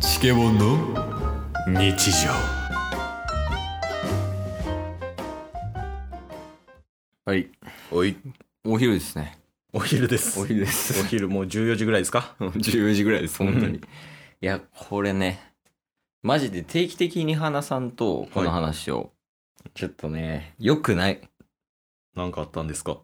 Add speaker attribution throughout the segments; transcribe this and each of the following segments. Speaker 1: シケボンの日常
Speaker 2: はい。
Speaker 1: おい
Speaker 2: お昼ですね。
Speaker 1: お昼です
Speaker 2: お昼で
Speaker 1: お
Speaker 2: す。
Speaker 1: 昼もう14時ぐらいですか
Speaker 2: 14時ぐらいです、本当
Speaker 1: うん
Speaker 2: に。いや、これね、マジで定期的に花さんとこの話を、ちょっとね、良くない。
Speaker 1: なんかあったんですか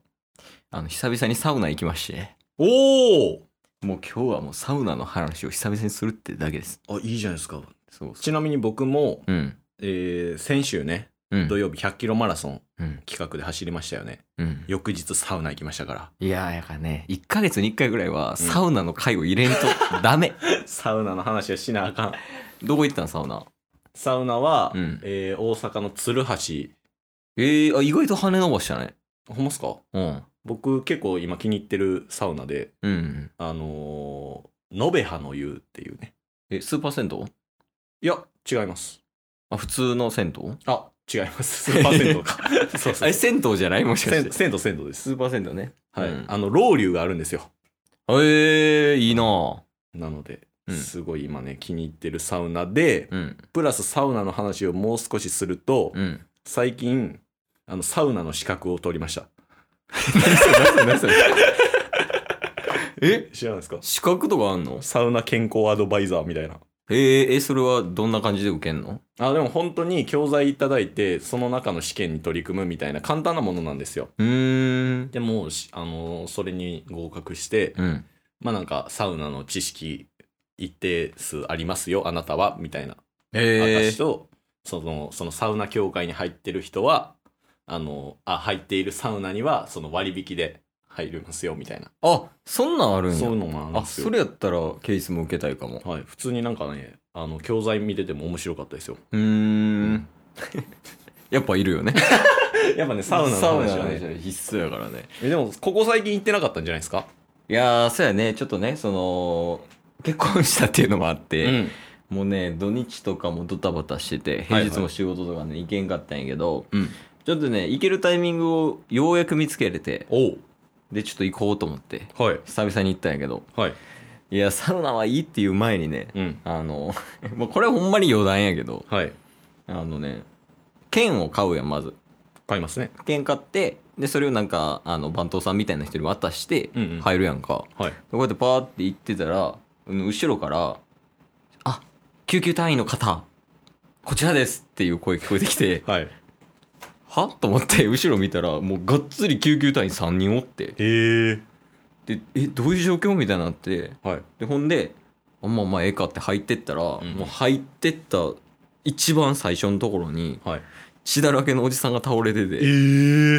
Speaker 2: あの、久々にサウナ行きまして、
Speaker 1: お
Speaker 2: もう今日はもうサウナの話を久々にするってだけです。
Speaker 1: おあいいじゃないですか
Speaker 2: そうそ
Speaker 1: ちなみに僕も、
Speaker 2: う。うん。
Speaker 1: えー先週ね
Speaker 2: うん
Speaker 1: 土。曜日100キロマラソン
Speaker 2: うん。
Speaker 1: 企画で走りましたよね
Speaker 2: うん。
Speaker 1: 翌日サウナ行きましたから
Speaker 2: いやー、やからね、1ヶ月に1回ぐらいはサウナの回を入 れんとダメ。
Speaker 1: サウナの話はしなあかん
Speaker 2: どこ行ったんサウナ。
Speaker 1: サウナは、
Speaker 2: うん
Speaker 1: えー大阪の鶴橋
Speaker 2: えー、あ、意外と羽伸ばしたね。
Speaker 1: ほんますか
Speaker 2: うん。
Speaker 1: 僕結構今気に入ってるサウナで
Speaker 2: うん。
Speaker 1: あのー、延べ葉の湯っていうね
Speaker 2: え、スーパー銭湯
Speaker 1: いや違います
Speaker 2: あ、普通の銭湯
Speaker 1: あ違いますス ーパー銭湯かそう
Speaker 2: あ
Speaker 1: そう
Speaker 2: れ、銭湯じゃないもしかし
Speaker 1: 銭
Speaker 2: て。
Speaker 1: 銭湯銭湯です
Speaker 2: スーパー銭湯ね。
Speaker 1: はい、
Speaker 2: うん
Speaker 1: あのロウリュがあるんですよ
Speaker 2: ええいいなぁ
Speaker 1: なので、
Speaker 2: うん
Speaker 1: すごい今ね気に入ってるサウナで、
Speaker 2: うん。
Speaker 1: プラスサウナの話をもう少しすると、
Speaker 2: うん。
Speaker 1: 最近あのサウナの資格を取りました
Speaker 2: え
Speaker 1: 知らないですか
Speaker 2: 資格とかあんの
Speaker 1: サウナ健康アドバイザーみたいな
Speaker 2: えー、え、それはどんな感じで受けんの
Speaker 1: あでも本当に教材いただいてその中の試験に取り組むみたいな簡単なものなんですよ
Speaker 2: うーん。
Speaker 1: でもうしあのそれに合格して、
Speaker 2: うん。
Speaker 1: まあなんかサウナの知識一定数ありますよあなたはみたいな
Speaker 2: え
Speaker 1: 私とそのそのサウナ協会に入ってる人はあのあ入っているサウナにはその割引で入れますよみたいな
Speaker 2: あ、そんなんあるんや。
Speaker 1: そういうのもあるん
Speaker 2: あ、
Speaker 1: ですよ
Speaker 2: それやったらケースも受けたいかも。
Speaker 1: はい、普通になんかねあの教材見てても面白かったですよ
Speaker 2: うーん。やっぱいるよね。
Speaker 1: やっぱねサウナの
Speaker 2: サウ
Speaker 1: 話
Speaker 2: ナの
Speaker 1: は
Speaker 2: 話
Speaker 1: ね
Speaker 2: は必須やからね。
Speaker 1: えでもここ最近行ってなかったんじゃないですか
Speaker 2: いやー、そうやね。ちょっとね、その、結婚したっていうのもあって、
Speaker 1: ん
Speaker 2: もうね土日とかもドタバタしてて
Speaker 1: はいは
Speaker 2: 平
Speaker 1: い
Speaker 2: 日も仕事とかね行けんかったんやけど、
Speaker 1: うん
Speaker 2: ちょっとね行けるタイミングをようやく見つけれて
Speaker 1: おう
Speaker 2: でちょっと行こうと思って
Speaker 1: はい
Speaker 2: 久々に行ったんやけど
Speaker 1: はい
Speaker 2: いやサウナはいいっていう前にね
Speaker 1: うん
Speaker 2: あの まあこれはほんまに余談やけど
Speaker 1: はい
Speaker 2: あのね券を買うやんまず
Speaker 1: 買いますね
Speaker 2: 券買ってでそれをなんかあの番頭さんみたいな人に渡して
Speaker 1: うんうん
Speaker 2: 入るやんか、
Speaker 1: はい
Speaker 2: こうやってパーって行ってたらうん後ろから「あ救急隊員の方こちらです」っていう声聞こえてきて
Speaker 1: はい
Speaker 2: はと思って後ろ見たらもうがっつり救急隊員3人おって
Speaker 1: へえ
Speaker 2: でえどういう状況みたいになって
Speaker 1: はい
Speaker 2: でほんであまあまあええかって入ってったら、
Speaker 1: ん
Speaker 2: もう入ってった一番最初のところに
Speaker 1: はい
Speaker 2: 血だらけのおじさんが倒れててい
Speaker 1: え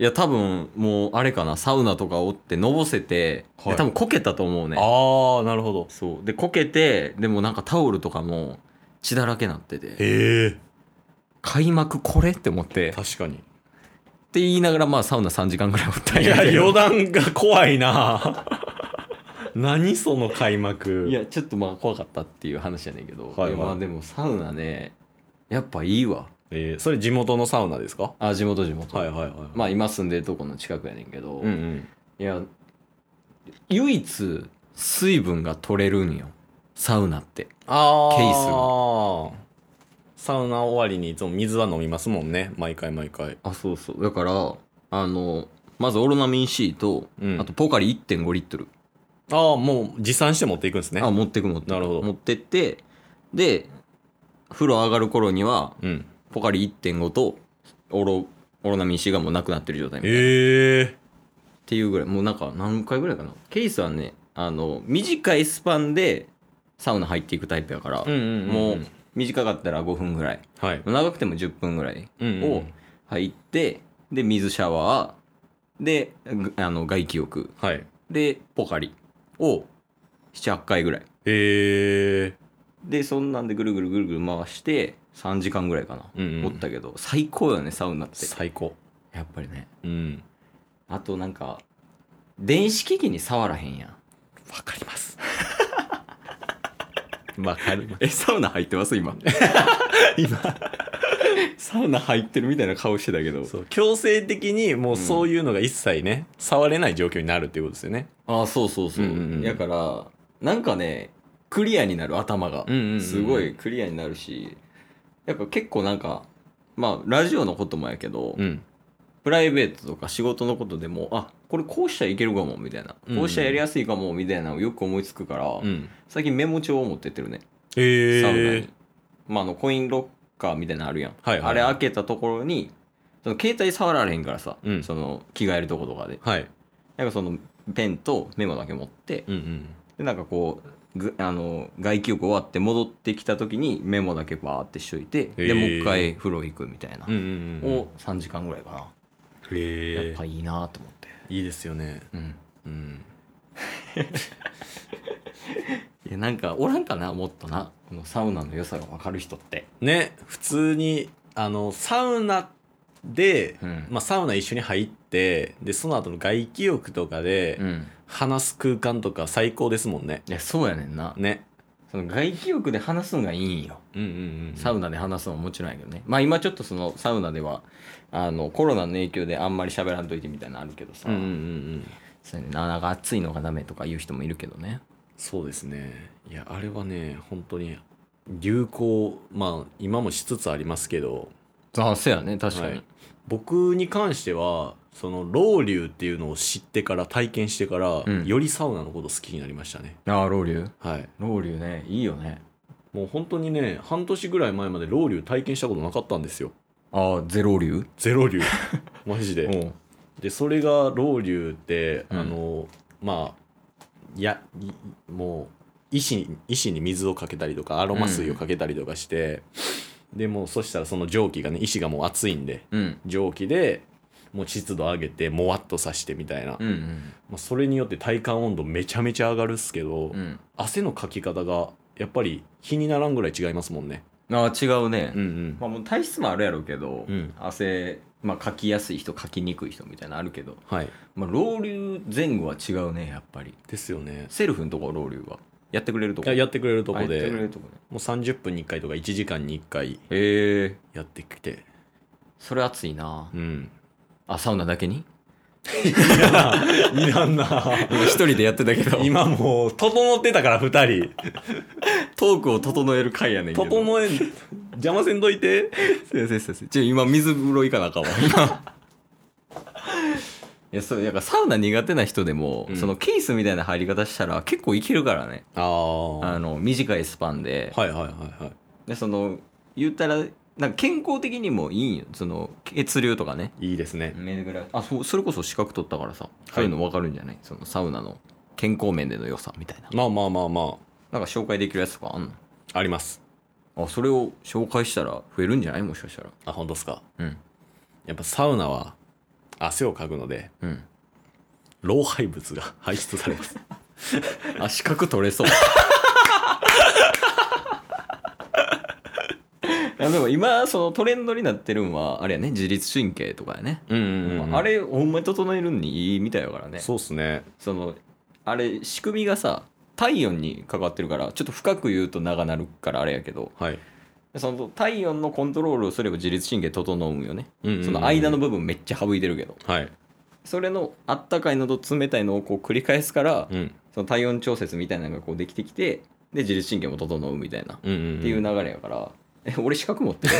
Speaker 1: え
Speaker 2: や多分もうあれかなサウナとかおってのぼせて、で
Speaker 1: はい
Speaker 2: 多分こけたと思うね
Speaker 1: ああなるほど
Speaker 2: そうでこけてでもなんかタオルとかも血だらけなってて
Speaker 1: へえ
Speaker 2: 開幕これって思ってって
Speaker 1: 確かに
Speaker 2: 言いながらまあサウナ3時間ぐらいおったん
Speaker 1: い
Speaker 2: や
Speaker 1: や
Speaker 2: けど
Speaker 1: 余談が怖いな 何その開幕
Speaker 2: いやちょっとまあ怖かったっていう話やねんけど、
Speaker 1: はいはい
Speaker 2: やまあでもサウナねやっぱいいわ
Speaker 1: えーそれ地元のサウナですか
Speaker 2: あ地元地元、
Speaker 1: はいはいはい
Speaker 2: まあ今住んでるとこの近くやねんけど、
Speaker 1: うんうん
Speaker 2: いや唯一水分が取れるんよサウナって
Speaker 1: あ
Speaker 2: ー
Speaker 1: ケースサウナ終わりにいつも水は飲みますもんね毎回毎回
Speaker 2: あそうそうだからあのまずオロナミン C と、
Speaker 1: うん
Speaker 2: あとポカリ1.5リットル
Speaker 1: ああもう持参して持っていくんですね
Speaker 2: あ持ってく持ってく
Speaker 1: なるほど
Speaker 2: 持ってってで風呂上がる頃には
Speaker 1: うん
Speaker 2: ポカリ1.5とオロオロナミン C がもうなくなってる状態みたいなっ
Speaker 1: ええ
Speaker 2: ていうぐらいもうなんか何回ぐらいかなケースはねあの短いスパンでサウナ入っていくタイプやから、
Speaker 1: うんうん
Speaker 2: も
Speaker 1: も
Speaker 2: う
Speaker 1: う
Speaker 2: 短かったら5分ぐらい
Speaker 1: はい
Speaker 2: 長くても10分ぐらい
Speaker 1: うん
Speaker 2: を入ってで水シャワーでぐあの外気浴
Speaker 1: はい
Speaker 2: でポカリを78回ぐらい
Speaker 1: へえ
Speaker 2: でそんなんでぐるぐるぐるぐる回して3時間ぐらいかな、
Speaker 1: うんうん
Speaker 2: おったけど最高よねサウナって
Speaker 1: 最高
Speaker 2: やっぱりね
Speaker 1: うん
Speaker 2: あとなんか電子機器に触らへんやん
Speaker 1: わかり ます
Speaker 2: わかりますえサウナ入ってます今 今サウナ入ってるみたいな顔してたけど
Speaker 1: そう強制的にもうそういうのが一切ね、触れない状況になるっていうことですよね
Speaker 2: ああそうそうそう、
Speaker 1: うんうんうん
Speaker 2: だからなんかねクリアになる頭が、
Speaker 1: うんうんうん
Speaker 2: すごいクリアになるしやっぱ結構なんかまあラジオのこともやけど、
Speaker 1: うん
Speaker 2: プライベートとか仕事のことでもあこれこうしたらいけるかもみたいな
Speaker 1: うん
Speaker 2: こうしたらやりやすいかもみたいなのをよく思いつくから、
Speaker 1: うん
Speaker 2: 最近メモ帳を持ってってるね、
Speaker 1: へ
Speaker 2: サウナに、まあ、あのコインロッカーみたいなのあるやん、
Speaker 1: はいはいはい
Speaker 2: あれ開けたところにその携帯触られへんからさ、
Speaker 1: うん
Speaker 2: その着替えるとことかで
Speaker 1: はい
Speaker 2: なんかそのペンとメモだけ持って、
Speaker 1: うんうん
Speaker 2: でなんかこうぐあの外気浴終わって戻ってきた時にメモだけバーってしといて、
Speaker 1: へ
Speaker 2: で
Speaker 1: ー
Speaker 2: もう一回風呂行くみたいな、
Speaker 1: うんうんうん
Speaker 2: を3時間ぐらいかな、や
Speaker 1: へ
Speaker 2: っぱいいなと思って、
Speaker 1: えいいですよね
Speaker 2: うん、
Speaker 1: うん
Speaker 2: いやなんかおらんかなもっとなこのサウナの良さが分かる人って、
Speaker 1: ね普通にあのサウナで、
Speaker 2: うん
Speaker 1: まあ、サウナ一緒に入ってでその後の外気浴とかで
Speaker 2: うん、
Speaker 1: 話す空間とか最高ですもんね。
Speaker 2: いやそうやねんな
Speaker 1: ね。
Speaker 2: その外気浴で話すんがいいんよ
Speaker 1: うんうんうん、
Speaker 2: サウナで話すのももちろんやけどね、まあ今ちょっとそのサウナではあのコロナの影響であんまり喋らんといてみたいなのあるけどさ、
Speaker 1: うんうんうんうん。
Speaker 2: そうやねんななんか暑いのがダメとか言う人もいるけどね
Speaker 1: そうですね。いやあれはね本当に流行まあ今もしつつありますけど、
Speaker 2: あそうやね確かに、
Speaker 1: はい僕に関してはそのロウリュウっていうのを知ってから体験してから、
Speaker 2: うん
Speaker 1: よりサウナのこと好きになりましたね。
Speaker 2: ああロウリュ
Speaker 1: はい。
Speaker 2: ロウリュねいいよね
Speaker 1: もう本当にね半年ぐらい前までロウリュウ体験したことなかったんですよ。
Speaker 2: ああゼロ流
Speaker 1: ゼ ロ流マジで。
Speaker 2: う
Speaker 1: でそれが老流って、
Speaker 2: うん
Speaker 1: あのまあいやいもう石に石に水をかけたりとかアロマ水をかけたりとかして、でもうそしたらその蒸気がね石がもう熱いんで
Speaker 2: うん
Speaker 1: 蒸気でもう湿度上げてもわっとさしてみたいな、
Speaker 2: うんうん
Speaker 1: まあ、それによって体感温度めちゃめちゃ上がるっすけど、
Speaker 2: うん
Speaker 1: 汗のかき方がやっぱり日にならんぐらい違いますもんね。
Speaker 2: ああ違うね、
Speaker 1: うんうん
Speaker 2: まあもう体質もあるやろうけど、
Speaker 1: うん
Speaker 2: 汗まあかきやすい人かきにくい人みたいなのあるけど
Speaker 1: はい、
Speaker 2: まあロウリュ前後は違うねやっぱり
Speaker 1: ですよね。
Speaker 2: セルフのとこロウリュはやってくれるとこ
Speaker 1: ややってくれるとこ
Speaker 2: あやって
Speaker 1: で
Speaker 2: くれ
Speaker 1: も
Speaker 2: るとこね
Speaker 1: う30分に1回とか1時間に1回
Speaker 2: へえ
Speaker 1: やってきて
Speaker 2: それ熱いな
Speaker 1: うん。
Speaker 2: あサウナだけに
Speaker 1: いらんな。
Speaker 2: 今一人でやってたけど
Speaker 1: 今もう、整ってたから、二人。
Speaker 2: トークを整える回やねんけど
Speaker 1: 整えん、邪魔せんといて。
Speaker 2: 先生先生ちょ今水風呂行かなあかんわ 今いやそうやっぱサウナ苦手な人でも、
Speaker 1: うん
Speaker 2: そのケースみたいな入り方したら結構いけるからね
Speaker 1: ああ。は
Speaker 2: あの短いスパンで,、
Speaker 1: いはいはいはい。
Speaker 2: でその言ったらなんか健康的にもいいんよその血流とかね
Speaker 1: いいですね。
Speaker 2: あそうそれこそ資格取ったからさ、そういうの分かるんじゃないそのサウナの健康面での良さみたいな
Speaker 1: まあまあまあま
Speaker 2: なんか紹介できるやつとかあん
Speaker 1: あ、あります。
Speaker 2: のあそれを紹介したら増えるんじゃないもしかしたら
Speaker 1: あ、本当ですか。
Speaker 2: うん
Speaker 1: やっぱサウナは、汗をかくので、
Speaker 2: うん
Speaker 1: 老廃物が 排出されます。
Speaker 2: あ資格取れそうあ でも今そのトレンドになってるんはあれやね自律神経とかやね、
Speaker 1: うん
Speaker 2: あ
Speaker 1: あれ
Speaker 2: れほんまに整えるんにいいみたいやからねそ
Speaker 1: そうっすね。
Speaker 2: のあれ仕組みがさ体温に関わってるからちょっと深く言うと長なるからあれやけど
Speaker 1: はい。
Speaker 2: その体温のコントロールをすれば自律神経整うんよね、
Speaker 1: うんうんうん
Speaker 2: その間の部分めっちゃ省いてるけど
Speaker 1: はい。
Speaker 2: それのあったかいのと冷たいのをこう繰り返すから、
Speaker 1: うん。
Speaker 2: その体温調節みたいなのがこうできてきてで自律神経も整うみたいなっ
Speaker 1: うんうん、うん。
Speaker 2: ていう流れやから、え俺資格持ってる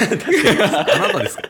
Speaker 1: あなたですか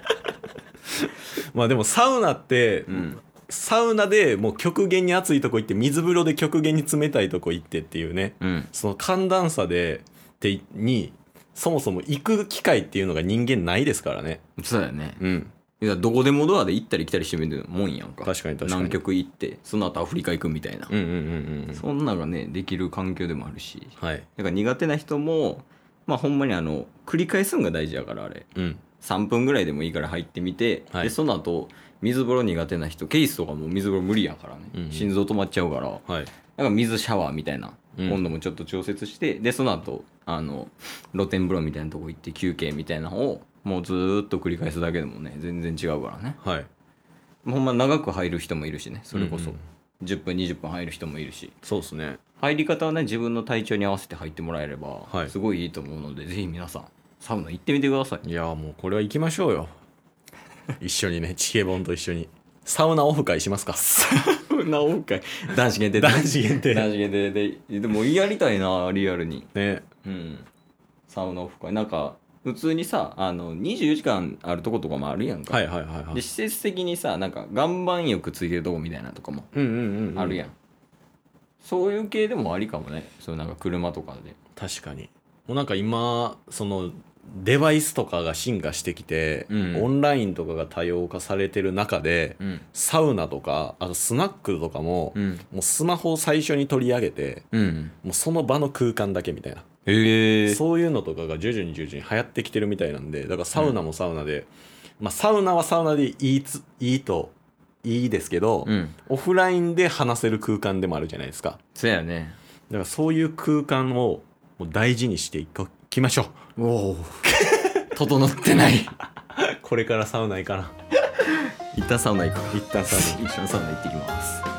Speaker 1: まあでもサウナって、
Speaker 2: うん
Speaker 1: サウナでもう極限に暑いとこ行って水風呂で極限に冷たいとこ行ってっていうね
Speaker 2: うん
Speaker 1: その寒暖差でてにそもそも行く機会っていうのが人間ないですからね
Speaker 2: そうだよね
Speaker 1: うん
Speaker 2: いやどこでもドアで行ったり来たりしてみるもんやんか
Speaker 1: 確かに確かに
Speaker 2: 南極行ってその後アフリカ行くみたいな、
Speaker 1: うんうんうんうん
Speaker 2: そんなのがねできる環境でもあるし
Speaker 1: はい
Speaker 2: だから苦手な人もまあほんまにあの繰り返すんが大事やからあれ
Speaker 1: うん
Speaker 2: 3分ぐらいでもいいから入ってみて、
Speaker 1: はい
Speaker 2: でその後水風呂苦手な人ケースとかも水風呂無理やからね、
Speaker 1: うんうん
Speaker 2: 心臓止まっちゃうからだ
Speaker 1: はい
Speaker 2: から水シャワーみたいな
Speaker 1: うん
Speaker 2: 温度もちょっと調節して、でその後あの露天風呂みたいなとこ行って休憩みたいなのをもうずーっと繰り返すだけでもね全然違うからね
Speaker 1: はい
Speaker 2: ほんま長く入る人もいるしねそれこそ、
Speaker 1: うん
Speaker 2: 10分20分入る人もいるし
Speaker 1: そうですね
Speaker 2: 入り方はね自分の体調に合わせて入ってもらえれば、
Speaker 1: はい
Speaker 2: すごいいいと思うのでぜひ皆さんサウナ行ってみてくだ さい
Speaker 1: いやもうこれは行きま しょうよ一緒にねチケボンと一緒にサウナオフ会しますか
Speaker 2: そんな多く男子限定で
Speaker 1: 男子限定
Speaker 2: 男子限定ででもやりたいなリアルに
Speaker 1: ね
Speaker 2: うんサウナオフ会なんか普通にさあの24時間あるとことかもあるやんか、
Speaker 1: はいはいはいは
Speaker 2: で
Speaker 1: い
Speaker 2: 施設的にさなんか岩盤浴ついてるとこみたいなとかも
Speaker 1: うんうんうん
Speaker 2: あるやん、そういう系でもありかもねそうなんか車とかで
Speaker 1: 確かにもうなんか今そのデバイスとかが進化してきて、
Speaker 2: うん
Speaker 1: オンラインとかが多様化されてる中で、
Speaker 2: うん
Speaker 1: サウナとかあとスナックとかも、
Speaker 2: うん
Speaker 1: もうスマホを最初に取り上げて
Speaker 2: うん
Speaker 1: もうその場の空間だけみたいな、
Speaker 2: へえ
Speaker 1: そういうのとかが徐々に徐々に流行ってきてるみたいなんでだからサウナもサウナで、まあ、サウナはサウナでいいついいといいですけど、
Speaker 2: うん
Speaker 1: オフラインで話せる空間でもあるじゃないですか
Speaker 2: そうやね
Speaker 1: だからそういう空間をもう大事にしていこいきましょう
Speaker 2: おお整って ない
Speaker 1: これからサウナ行かな
Speaker 2: 一旦サウナ行くか
Speaker 1: 一旦サウナ行きましょう
Speaker 2: 一旦サウナ行ってきます